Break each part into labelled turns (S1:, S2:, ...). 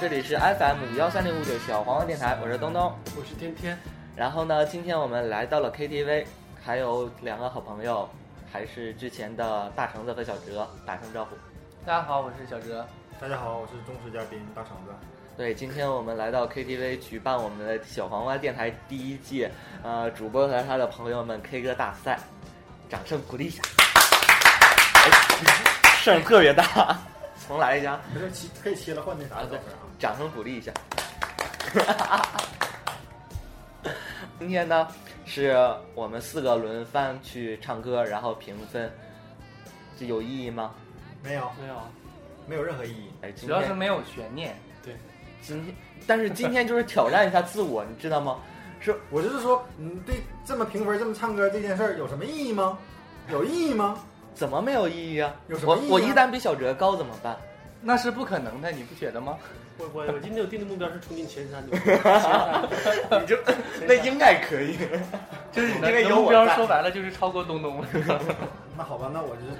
S1: 这里是 FM 幺三零五九小黄瓜电台，我是东东。
S2: 我是天天，
S1: 然后呢，今天我们来到了 KTV，还有两个好朋友，还是之前的大橙子和小哲，打声招呼。
S3: 大家好，我是小哲。
S4: 大家好，我是忠实嘉宾大橙子。
S1: 对，今天我们来到 KTV 举办我们的小黄瓜电台第一届，呃，主播和他的朋友们 K 歌大赛，掌声鼓励 一下。哎声儿特别大，重来一下，
S4: 没事，切可以切了换那啥
S1: 啊
S4: 的
S1: 对
S4: 照片啊。
S1: 掌声鼓励一下。 今天呢，是我们四个轮番去唱歌，然后评分，这有意义吗？
S4: 没有，
S2: 没有啊，
S4: 没有任何意义。
S1: 哎，今
S3: 主要是
S1: 天
S3: 没有悬念，
S1: 今天，但是今天就是挑战一下自我，你知道吗？
S4: 我就是说，你对这么评分、这么唱歌这件事儿有什么意义吗？有意义吗？
S1: 怎么没有意义啊？
S4: 有什么
S1: 我
S4: 意义啊
S1: 我一旦比小哲高怎么办？
S3: 那是不可能的，你不觉得吗？
S2: 我我我今天有定的目标是冲进前三，
S1: 你就 那应该可以，就是 因为有
S3: 目
S1: 我
S3: 标
S1: 在
S3: 说白了就是超过东东 了。
S4: 那好吧，那我就是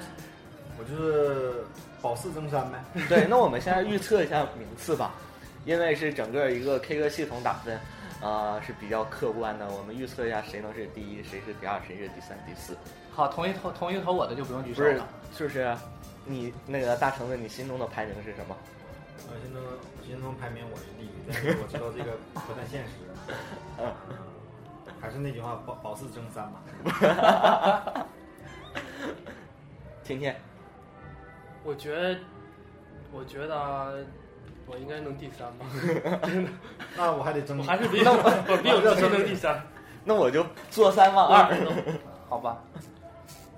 S4: 我就是保四争三呗。
S1: 对，那我们现在预测一下名次吧，因为是整个一个 K 歌系统打分，啊、是比较客观的。我们预测一下谁能是第一，谁是第二，谁是第三、第四。
S3: 好，同意投同意投我的就不用举
S1: 不
S3: 手
S1: 是
S3: 了。，
S1: 就是你那个大橙子，你心中的排名是什么？
S4: 我心中我心中排名我是第一，但是我知道这个不太现实。嗯还是那句话，保保四争三吧。
S1: 天天，
S2: 我觉得，我觉得啊我应该能第三吧，
S4: 那我还得争
S3: 嗯
S2: 我，还是比 我比有自信能第三，
S1: 那我就做三望二，
S3: 好吧，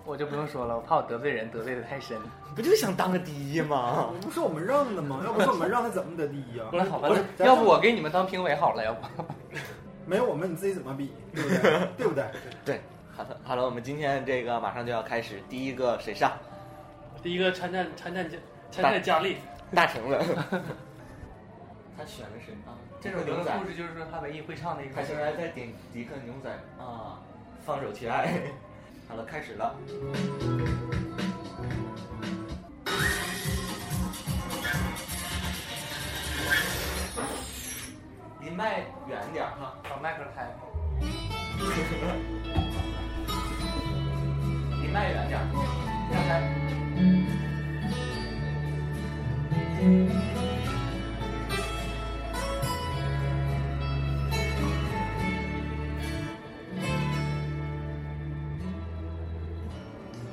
S3: 我就不用说了，我怕我得罪人，得罪的太深。
S1: 不就想当个第一吗？
S4: 不是我们让的吗？要不是我们让的，怎么得第一啊？
S3: 那好吧
S4: 不是，
S3: 那要不 我给你们当评委好了，要不？
S4: 没有我们你自己怎么比，对不对？对不对？
S1: 对，好的，好了，我们今天这个马上就要开始，第一个谁上？
S2: 第一个参战参战加参战佳丽，
S1: 大橙子，
S3: 他选了谁啊？
S1: 这
S3: 这
S1: 首
S3: 首
S1: 歌
S3: 歌
S1: 的
S3: 的
S1: 故
S3: 故事就是说他唯一会唱的一
S1: 他
S3: 个。
S1: 现在在点迪克牛仔啊，放手去爱。 好了，开始了。离麦远点儿哈，
S3: 把麦克开。
S1: 离麦远点儿，让他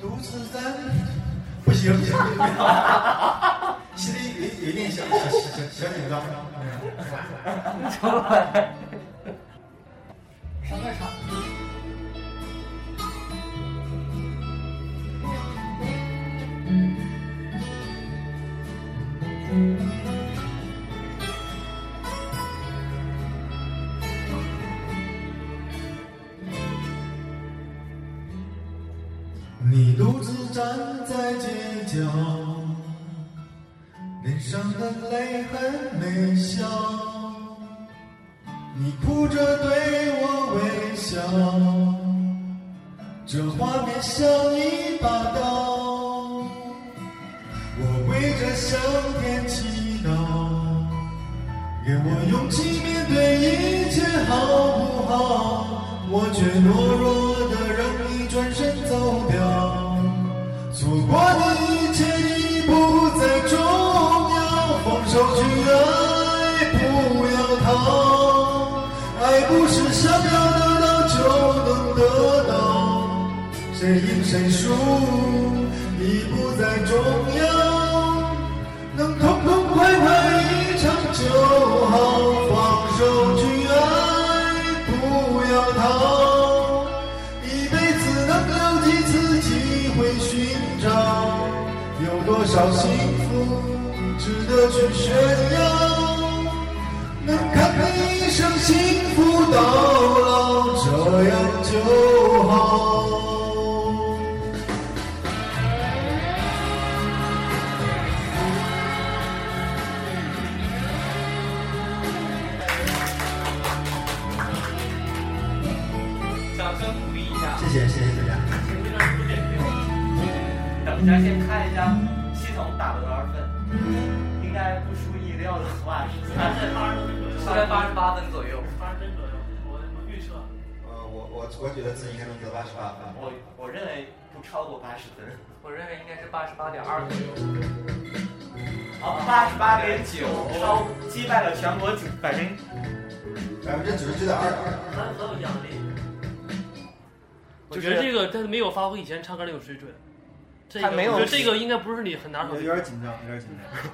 S5: 独自在，不行不行，不行心里有有一点小小小小紧张。
S3: 上个场。
S5: 你独自站在街角，脸上的泪还没消，你哭着对我微笑，这画面像一把刀，我跪着向天祈祷，给我勇气面对一切，好不好？我却懦弱的让你转身走掉。错过的一切已不再重要，放手去爱，不要逃。爱不是想要得到就能得到，谁赢谁输已不再重要，能痛痛快快一场就好，放手去爱，不要逃。一辈子能有几次机会寻找？有多少幸福值得去炫耀？能看你一生幸福到老，这样就好。
S3: 掌声鼓励一下。
S5: 谢谢谢谢大家。
S1: 等一下，先看一下系统打了多少分，应该不输一料的话是
S6: 大概八十多分左
S3: 大
S6: 右，
S3: 概八十八分左右。
S6: 八十分左右，我我预测。
S4: 呃，我我我觉得自己应该能得八十八分。
S1: 我我认为不超过八十分，
S3: 我认为应该是八十八点二左右。
S1: 啊，八十八点九，超击败了全国九百分
S4: 百分之九十九点二二，
S6: 还有很有奖励，
S2: 我觉得这个他没有发挥以前唱歌那种水准。这个
S1: 他没有
S2: 我觉得这个应该不是你很拿
S4: 有
S2: 手的，
S4: 有点紧张，有点紧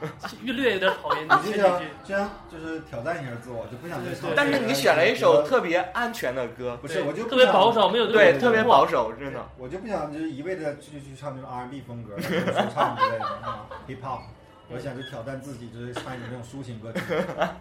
S4: 张。
S2: 略有点讨厌。
S4: 你啊
S2: 你
S4: 这
S2: 前
S4: 个
S2: 几句
S4: 这样就是挑战一下自我，就不想再唱。
S2: 对
S1: 但是你选了一首特别安全的歌，
S4: 不是，我就
S2: 特别保，守，没有
S1: 对，
S2: 那种
S1: 特别保守，真的。
S4: 我就不想就是一味的去去唱这种 R&B 风格、说唱之类的啊，hip hop。我想就挑战自己，就是唱一首这种抒情 歌曲。啊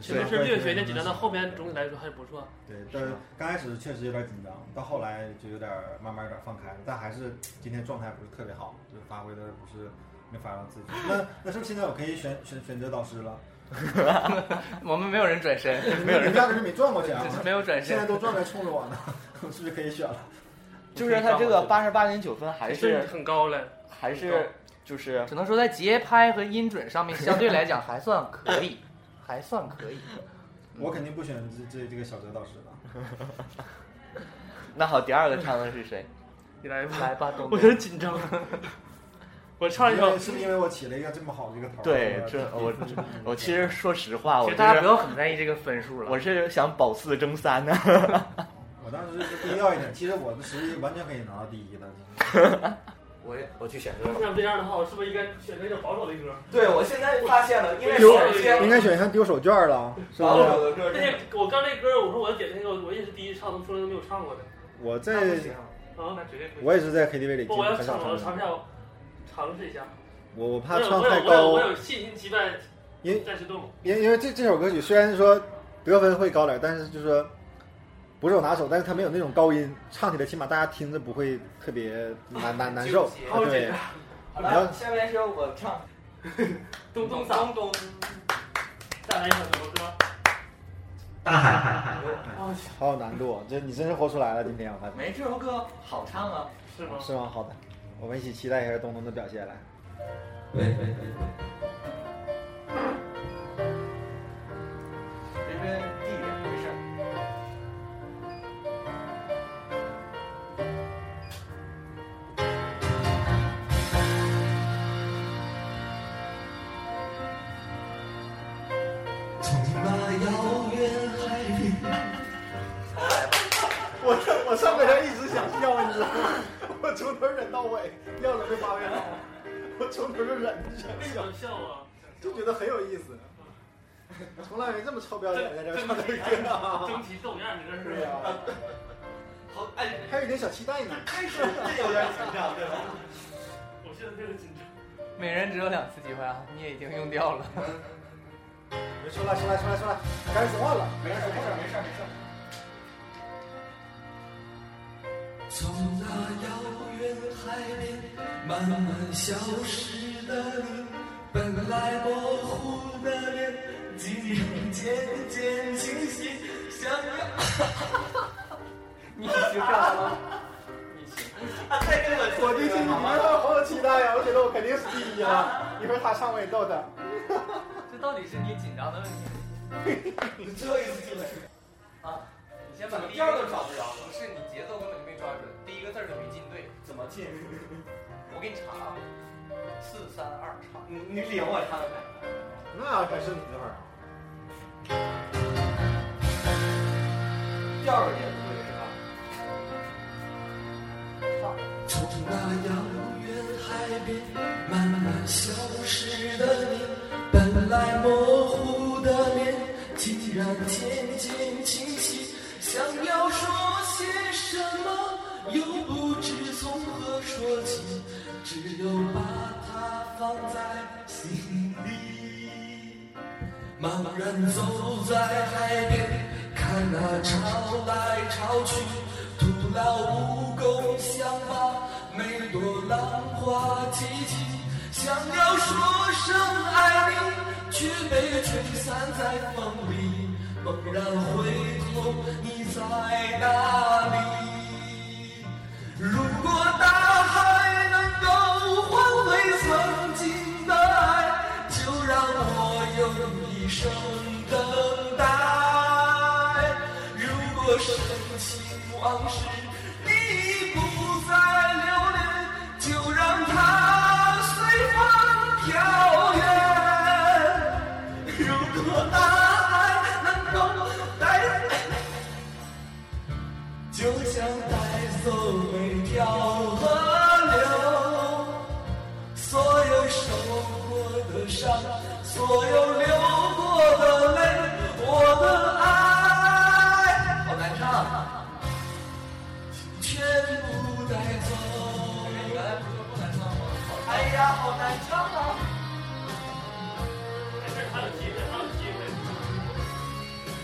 S2: 是不是略有一点紧张？但后面总体来说还是不错。
S4: 对，但是刚开始确实有点紧张，到后来就有点儿慢慢有点儿放开了，但还是今天状态不是特别好，就是发挥的不是没发挥到自己。那那是不是现在我可以选选选择导师了？
S3: 我们没有人转身，
S4: 没 有人压根就没转过去啊
S3: 就！是没有转
S4: 现在
S3: 身。
S4: 都转来冲着我呢， 是不是可以选了？
S1: 就是他这个八十八点九分还
S2: 分
S1: 是
S2: 很高了，
S1: 还是就是
S3: 只能说在节拍和音准上面相对来讲还算可以，还算可以。
S4: 我肯定不选这这这个小泽导师了。
S1: 那好，第二个唱的是谁？
S2: 你 来吧，
S3: 来吧，东
S2: 我
S3: 东
S2: 有。点紧张。我唱一
S4: 因
S2: 首
S4: 为，是不是因为我起了一个这么好的一个头儿？嗯
S1: 对，
S4: 是
S1: 这
S4: 吧
S1: 我我其实说实话，
S3: 其
S1: 我
S3: 实
S1: 就
S3: 大家不
S1: 是
S3: 要很在意这个分数了。
S1: 我是想保四争三的。
S4: 我当时是低调一点，其实我的实力完全可以拿到第一的。
S7: 我也我去选歌吧。
S2: 要这样的话，我是不是应该选择一首保守的歌？
S7: 对，我现在发现了，因
S1: 哎
S3: 哎
S7: 为
S2: 有
S7: 首先
S4: 应该选项丢手绢了，啊是
S7: 保
S4: 吧？
S1: 哦
S7: 守的歌
S2: 那些我刚那歌，我说我要点那个，我也是第一唱，从出来都没有唱过的
S4: 我
S7: 那
S4: 在
S7: 不行，
S2: 啊，那绝对不行。
S4: 我也是在 KTV 里
S2: 不，我要
S4: 很
S2: 尝
S4: 少
S2: 我
S4: 唱
S2: 尝
S4: 的。
S2: 试尝试一下。
S4: 我我怕
S2: 我有
S4: 唱
S2: 我有
S4: 太
S2: 我有
S4: 高
S2: 我，有信心击败
S4: 因
S2: 战士动物。
S4: 因因为这这首歌曲虽然说得分会高点儿，但是就是说不是我拿手，但是它没有那种高音，唱起来起码大家听着不会特别难难难受
S7: 纠结。好
S4: 啊对，你要
S7: 了，下面是我唱
S2: 咚咚
S7: 咚
S2: 嗓，
S7: 咚，
S2: 再来一首什么歌？
S4: 好有难度，啊这你真是活出来了，今天我发现
S7: 没这首歌好唱啊。
S2: 是吗？
S4: 是吗？好的，我们一起期待一下东东的表现来。
S7: 喂喂喂喂。这边地点没事儿。
S5: 从那遥远海边，
S4: 我我上半场一直想笑，你知道吗？ 我从头忍到尾，要了就发挥好，我从头就忍着
S2: 为什么笑啊？
S4: 就觉得很有意思。从来没这么臭不要脸在这儿唱这个歌啊！
S2: 争奇斗艳，你这
S4: 对
S2: 是
S4: 呀、。
S7: 好，哎，
S4: 还有一点小期待呢。
S7: 开始这有点紧张，对吧？
S2: 我现在真的紧张。
S3: 每人只有两次机会啊，你也已经用掉了。
S4: 出来出来出来出来，该说话了，
S7: 没事没事没事没事。
S5: 从那遥远海边慢慢消失的你，本来模糊的脸，竟然渐渐清晰。想要
S3: 你已经干了。啊
S4: 我对这女明星好有期待呀！我觉得我肯定是第一啊了。一会儿她上我也逗她。
S3: 这到底是你紧张的问题
S7: 你最后一次进来，
S3: 啊？你先把
S7: 怎么
S3: 第一
S7: 调都
S3: 个啊
S7: 找不着了？
S3: 不是你节奏根本就没抓准，第一个字儿就没进对。
S7: 怎么进？
S3: 我给你查啊，四三二唱。
S7: 你你领我唱呗。
S4: 那可是你这会儿，
S7: 调儿也不对是吧？
S5: 从那遥远海边慢慢消失的你，本来模糊的脸，竟然渐渐清晰。想要说些什么，又不知从何说起，只有把它放在心里。茫然走在海边，看那潮来潮去，徒劳无功，想把每朵浪花记起。想要说声爱你，却被吹散在风里。猛然回头，你在哪里？如果大海能够换回曾经的爱，就让我。生等待。如果深情往事你不再留恋，就让它随风飘远。如果爱能够带，就像带走每条河流。所有受过的伤，所有流过的泪，我的爱，好难唱，全部带走。原来不是不难唱吗？哎呀，好难唱啊！
S2: 哎
S6: 没事，还有机会，还有机会。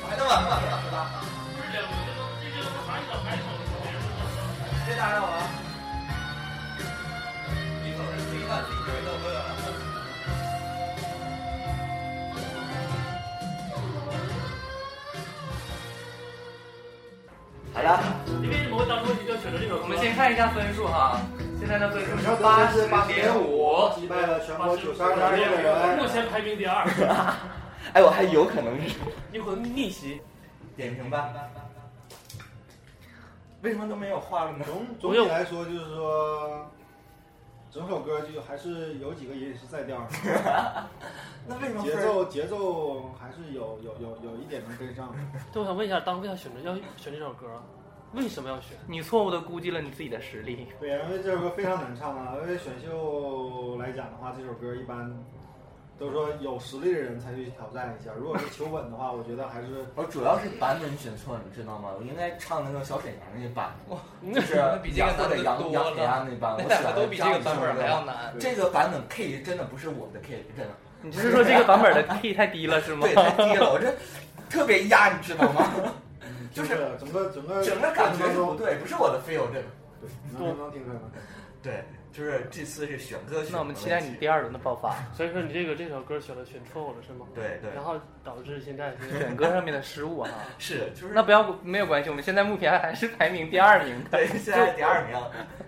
S5: 我还能挽回吧，是吧？
S6: 不是两个，这这不啥你老抬头，
S5: 别打扰我啊！你走人自己看，自己回头问啊。好了，
S6: 你为什么会当初你就选择这首歌？
S3: 我们先看一下分数哈，现在的分数是
S4: 八
S3: 八
S4: 十
S3: 十
S4: 点
S3: 点五，
S4: 击败了全国九十二点
S6: 二
S4: 六的
S6: 目
S4: 人。
S6: 前排名 第二，
S1: 哎，我还有可能是
S6: 你可能逆袭。
S1: 点评吧。为什么都没有话了呢？
S4: 总总体来说，就是说，整首歌就还是有几个也是在调 上，
S1: 那为什么
S4: 节
S1: 分儿
S4: 奏节奏还是有有有有一点能跟上的。
S2: 对，我想问一下，当初为啥选择要选这首歌？为什么要选？
S3: 你错误的估计了你自己的实力。
S4: 对，因为这首歌非常难唱啊。因为选秀来讲的话，这首歌一般都说有实力的人才去挑战一下。如果是求稳的话，我觉得还是
S1: 我主要是版本选错，你知道吗？我应该唱那个小沈阳那版本，就是
S3: 比这个
S1: 或者
S3: 难
S1: 杨
S3: 得多
S1: 杨
S3: 了
S1: 铁安那版，我
S3: 那
S1: 选
S3: 两个
S1: 了
S3: 都比这个版本还要
S1: 张宇
S3: 难。
S1: 这个版本 K 真的不是我的 K，真的，
S3: 你就是说这个版本的 key 太低了是吗？
S1: 对，太低了，我这特别压，你知道吗？
S4: 嗯
S1: 就是
S4: 听出来了整个整个
S1: 整个感觉
S4: 过程
S1: 是不
S4: 中
S1: 对，不是我的 feel，这个
S4: 对，能能听出来吗？
S1: 对，就是这次是选歌选
S3: 那我们期待你第
S1: 二
S3: 二轮的爆发。
S2: 所以说你这个这首歌选了选错了是吗？
S1: 对对
S2: 然后导致现在是
S3: 选歌上面的失误哈、
S1: 是就是
S3: 那不要没有关系，我们现在目前还是排名第二名的。
S1: 对，现在第二 名，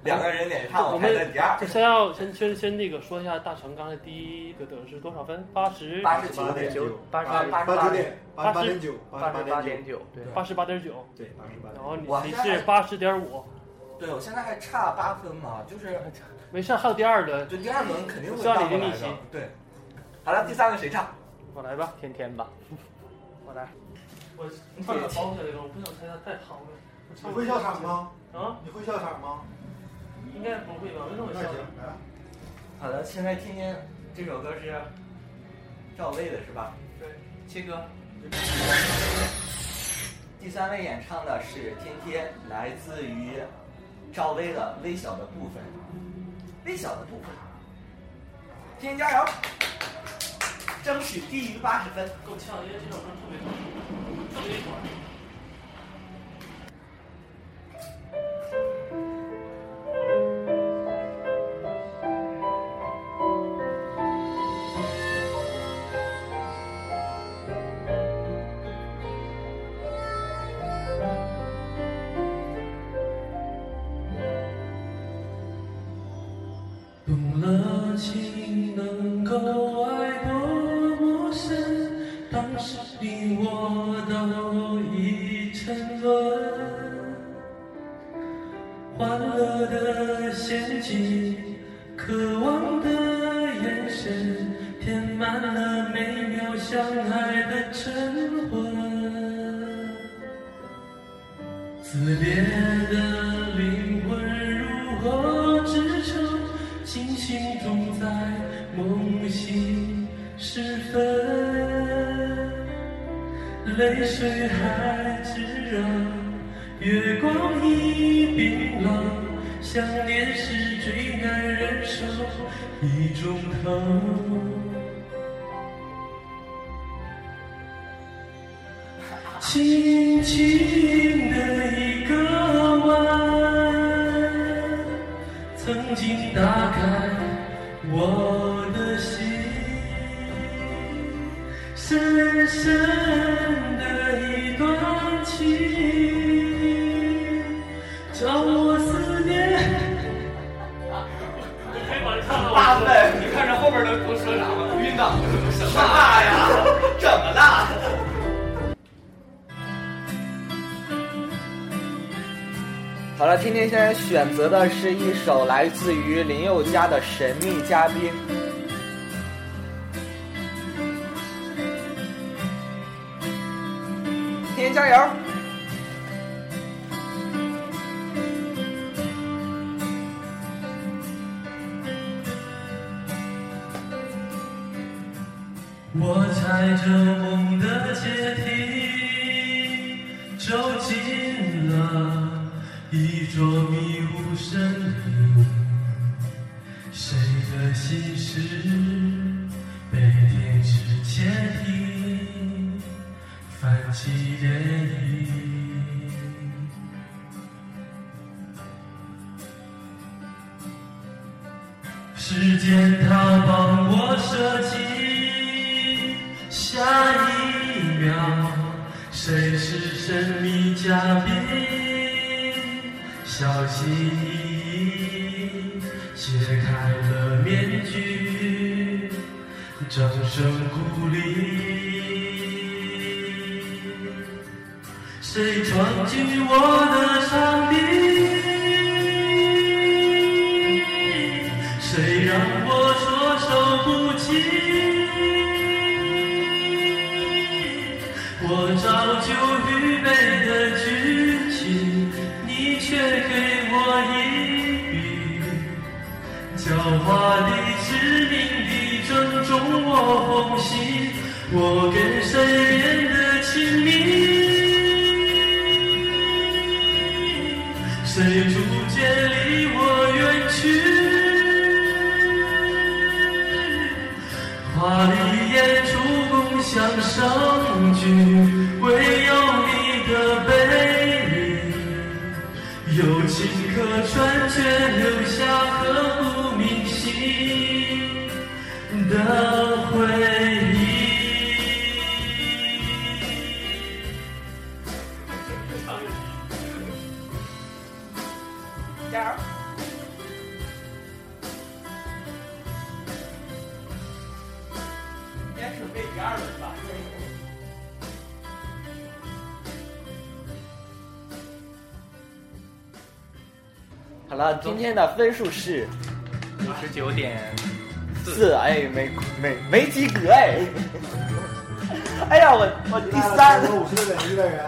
S1: 两个人脸上我
S2: 我
S1: 排
S2: 们
S1: 在第二，
S2: 先要先先先那个说一下大成刚才第一个得是多少分？八十
S1: 八十
S4: 八
S1: 九
S4: 点
S1: 点
S4: 九，
S3: 八十
S4: 八
S1: 八
S4: 九点，八
S2: 八
S4: 点九，
S3: 八
S4: 十
S3: 十
S4: 八
S3: 八
S4: 点
S3: 点
S4: 九，
S3: 九，对，
S2: 八十八点九，
S4: 对，八十八
S2: 然
S4: 点
S2: 后
S4: 九。
S2: 你
S1: 我
S2: 你
S1: 现在
S2: 是八十点五，
S1: 对我现在还差八分嘛，就是
S2: 没事，还有第二轮，
S1: 就第二轮肯定会
S2: 希望
S1: 倒
S2: 你
S1: 过
S2: 的
S1: 来
S2: 逆袭
S1: 的，对。好了，第三个谁唱？
S2: 我来吧，
S3: 天天吧，
S2: 我来。
S6: 我放个包下来了，我不想参加太行了。
S4: 你会笑场吗？
S6: 啊，
S4: 你会笑场吗？
S6: 应该不会吧？为什么
S4: 那
S6: 我笑
S4: 行
S6: 了？，
S4: 来吧。
S1: 好的，现在听听这首歌是赵薇的是吧？
S3: 七哥，
S1: 第三位演唱的是天天，来自于赵薇的《微小的部分》，微小的部分，天天加油，争取低于八十分。
S6: 够呛，因为这首歌特别短，特别短。
S5: 懂了情能够爱多么深，当时你我都已沉沦。欢乐的陷阱，渴望的眼神，填满了每秒相爱的晨昏。自恋的灵魂如何支撑？清醒中在梦醒时分，泪水还炙热，月光已冰冷，想念是最难忍受一种疼。轻轻的一个吻，曾经打开我的心，深深的一段情，叫我思念。
S6: 你可以把这唱了。
S1: 八分，
S7: 你看着后边能能说啥吗？晕倒了，什么？
S1: 妈呀，怎么了？
S8: 好了，天天先生选择的是一首来自于林宥嘉的《神秘嘉宾》。天天加油！
S6: 我踩着梦的阶梯，走进了一座迷雾森林。谁的心事被电视窃听，泛起涟漪。时间它帮我设计，下一秒谁是神秘嘉宾？小心翼翼卸开了面具，掌声鼓励。谁闯进我的场地？谁让我措手不及？我早就预备的剧情，你却给我一笔狡猾的、致命的，正中我缝隙。我跟谁变得亲密？谁逐渐离我远去？华丽演出共享盛举，唯有你的背影，有情可传，却留下刻骨铭心的回忆。
S7: 应该是魏第二轮吧。
S8: 好了，今天的分数是
S3: 五十九点
S8: 四，哎，没没没及格哎。 哎呀，我我第三，
S4: 五十六点一的人，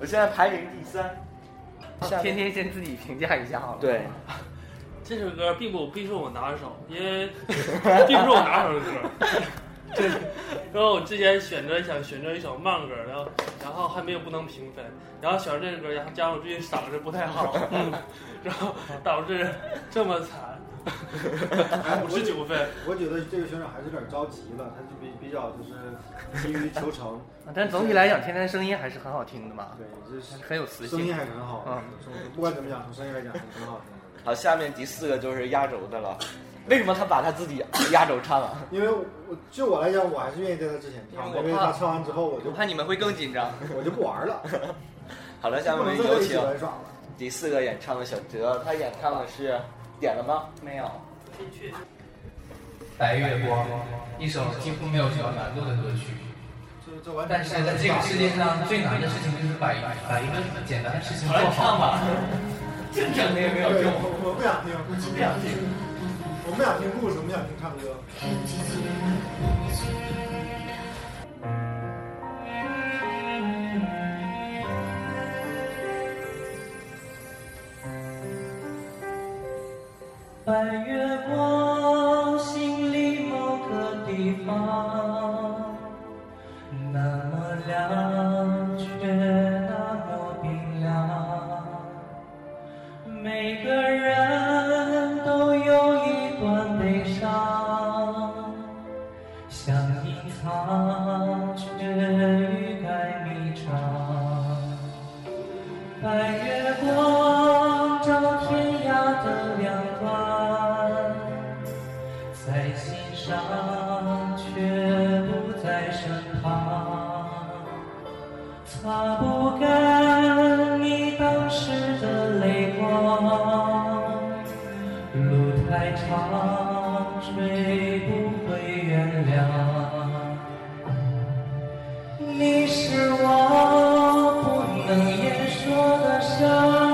S8: 我现在排名第三。下
S3: 天天先自己评价一下好了。，
S8: 对，
S2: 这首歌并不并不是我拿手，因为并不是我拿手的歌。 对，然后我之前选择想选择一首慢歌，然后然后还没有不能评分，然后选了这首歌，然后加上我最近嗓子不太好，
S1: 嗯
S2: 然后导致这么惨，五十九 分。
S4: 我觉得这个选手还是有点着急了，他就比比较就是急于求成，
S3: 但总体来讲，天天声音还是很好听的嘛，
S4: 对，就是
S3: 很有磁
S4: 声音
S3: 性。嗯
S4: 还是很好的， 不管怎么讲，从声音来讲还是很好听的。
S8: 好，下面第四个就是压轴的了。为什么他把他自己压轴唱啊了、
S4: 因为我就我来讲，我还是愿意在他之前唱，因为他唱完之后，我就
S3: 我怕你们会更紧张。
S4: 我就不 玩了，
S8: 好了，下面
S4: 不
S8: 我
S4: 能
S8: 们
S4: 再在
S8: 有
S4: 一起
S8: 请
S4: 玩耍了。
S8: 第四个演唱的小哲，他演唱的是点了吗？没有。
S9: 白月光，一首几乎没有什么难度的歌曲。
S4: 这这完全
S9: 但是在这个世界上最难的事情就是把一把一个简单的事情做好吧。
S7: 正常的也没
S4: 对，
S7: 有用。
S4: 我我不想听，我不想听，我不想听故事，我不想听唱歌。
S6: 白月光，心里某个地方，那么亮，却那么冰凉。每个人都有一段悲伤，想隐藏，却欲盖弥彰。白月光照天涯的两端，在心上却不在身旁，擦不干你当时的泪光。路太长，追不回原谅。你是我不能言说的伤，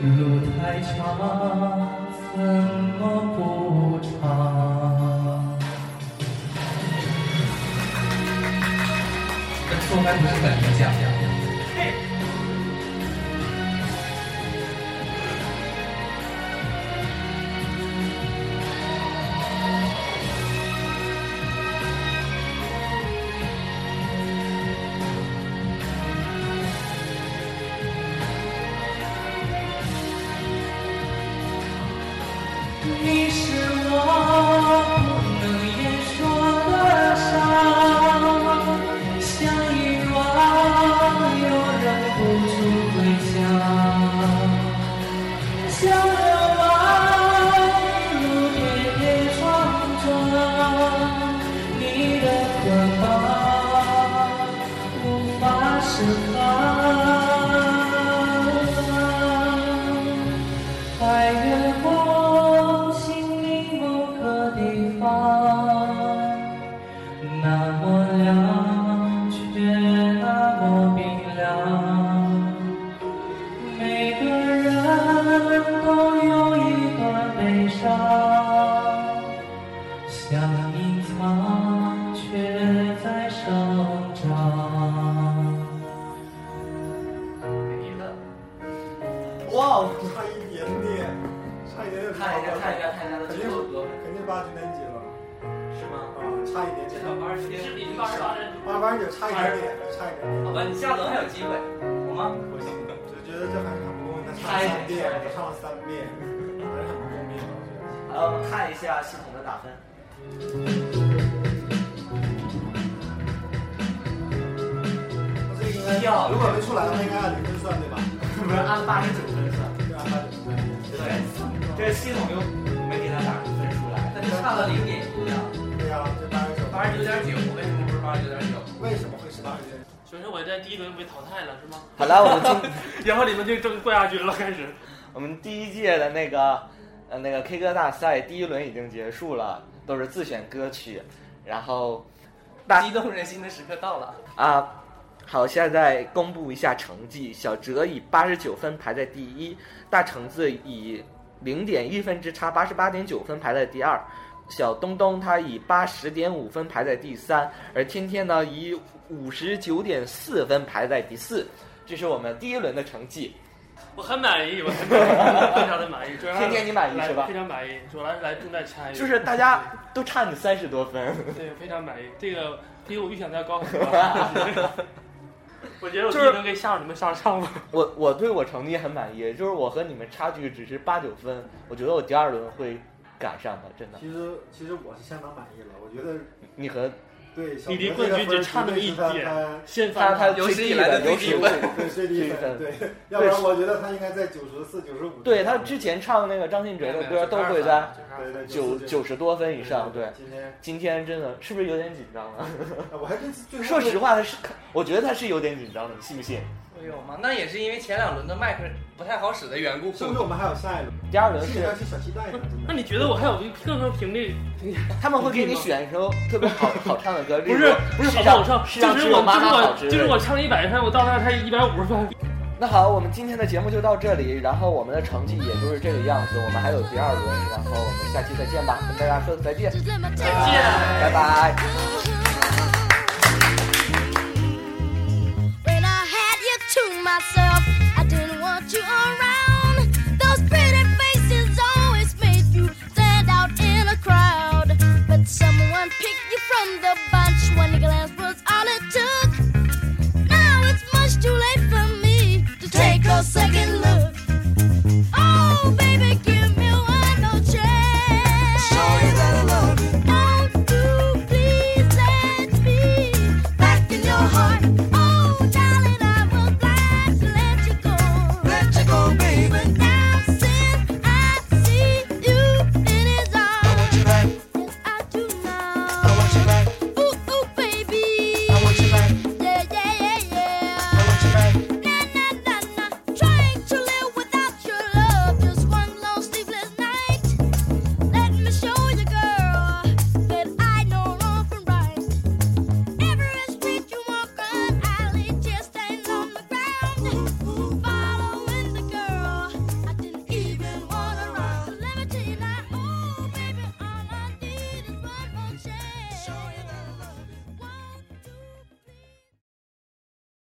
S6: 路太长，怎么不长？
S10: 那说白不是很理想。
S6: 你是我不能言说的伤，像一软又忍不住回想，像流浪一路跌跌撞撞，你的捆绑无法释放。穿越过心里某个地方，那么凉，却那么冰凉。每个人都有一段悲伤，想隐藏，却在生长。
S11: 没了。
S5: 哇，差一点点，差一点点。
S11: 看一下，看一下，看一下，
S5: 肯
S11: 最
S5: 定
S11: 后多分
S5: 肯定八十年级了
S11: 是吗？
S5: 啊，差一点
S12: 这
S5: 点，
S12: 小八十七，
S2: 是比八十八人
S5: 八八九差一点点，差一点点。
S11: 好吧，你下轮还有机会，好吗？
S5: 我就觉得这还是很不公平，他唱了三遍，我唱了三遍，还是很不公平的。我觉得
S11: 还要看一下系统的打分。
S5: 那这个应该如果没出来的话，应该按零分算对吧？
S11: 我们按八十九分算。
S5: 对，按八九分。
S11: 对，这系统又没给他打出分出来，
S12: 但是差了零点一啊，
S5: 对呀，这八十九，
S12: 八十九点九，为什么不是八十九点九？
S5: 为什么会是八十九？
S2: 选手我在第一轮被淘汰了是吗？
S1: 好了，我们今
S2: 然后你们就争冠亚军了，开始。
S1: 我们第一届的那个呃那个 K 歌大赛第一轮已经结束了，都是自选歌曲，然后大
S4: 激动人心的时刻到了，
S1: 啊，好，现在公布一下成绩，小哲以八十九分排在第一，大橙子以零点一分之差八十八点九分排在第二，小东东他以八十点五分排在第三，而天天呢以五十九点四分排在第四，这是我们第一轮的成绩。
S2: 我很满意，我很满意，非常的满意。主要是
S1: 天天你满意是吧
S2: 来非常满意，主要是来重在参与，
S1: 就是大家都差你三十多分，
S2: 对非常满意。这个比我预想的要高很多。 我觉得我第一能跟下属你们上上吧。
S1: 我我对我成绩很满意，就是我和你们差距只是八九分，我觉得我第二轮会赶上的，真的。
S5: 其实其实我是相当满意了，我觉得
S1: 你和
S5: 对。
S2: 你离冠军只差那么一点，先
S1: 他
S2: 翻
S1: 他
S2: 盘。
S1: 最低
S4: 有史以来 的
S1: 有
S4: 最
S1: 史
S4: 低
S1: 无
S4: 分
S5: 对，最低分，对，要不然我觉得他应该在九十四、九十五。
S1: 对他之前唱那个张信哲的歌都会在
S5: 对对
S1: 九九十多分以上。对，
S5: 今天啊
S1: 今天真的是不是有点紧张 了？
S5: 我还真最后
S1: 说实话，他是，我觉得他是有点紧张的，你信不信？
S4: 会有吗？那也是因为前两轮的麦克不太好使的缘故。
S5: 是不是我们还有下一轮？
S1: 第二轮
S5: 是
S1: 是
S5: 是小期待呢，真
S2: 那
S5: 的。
S2: 你觉得我还有更多频率？
S1: 他们会给你选一首特别好好唱的歌，
S2: 不是不是
S1: 世
S2: 好
S1: 上
S2: 好唱，
S1: 世
S2: 就
S1: 上只
S2: 是
S1: 有
S2: 我
S1: 妈妈好之
S2: 就是我就
S1: 类
S2: 是
S1: 的
S2: 我唱一百分，我到那儿才一百五十分。
S1: 那好，我们今天的节目就到这里，然后我们的成绩也就是这个样子，我们还有第二轮，然后我们下期再见吧，跟大家说再见，
S13: 再
S1: 拜拜。
S13: When I had you to myself. Oh,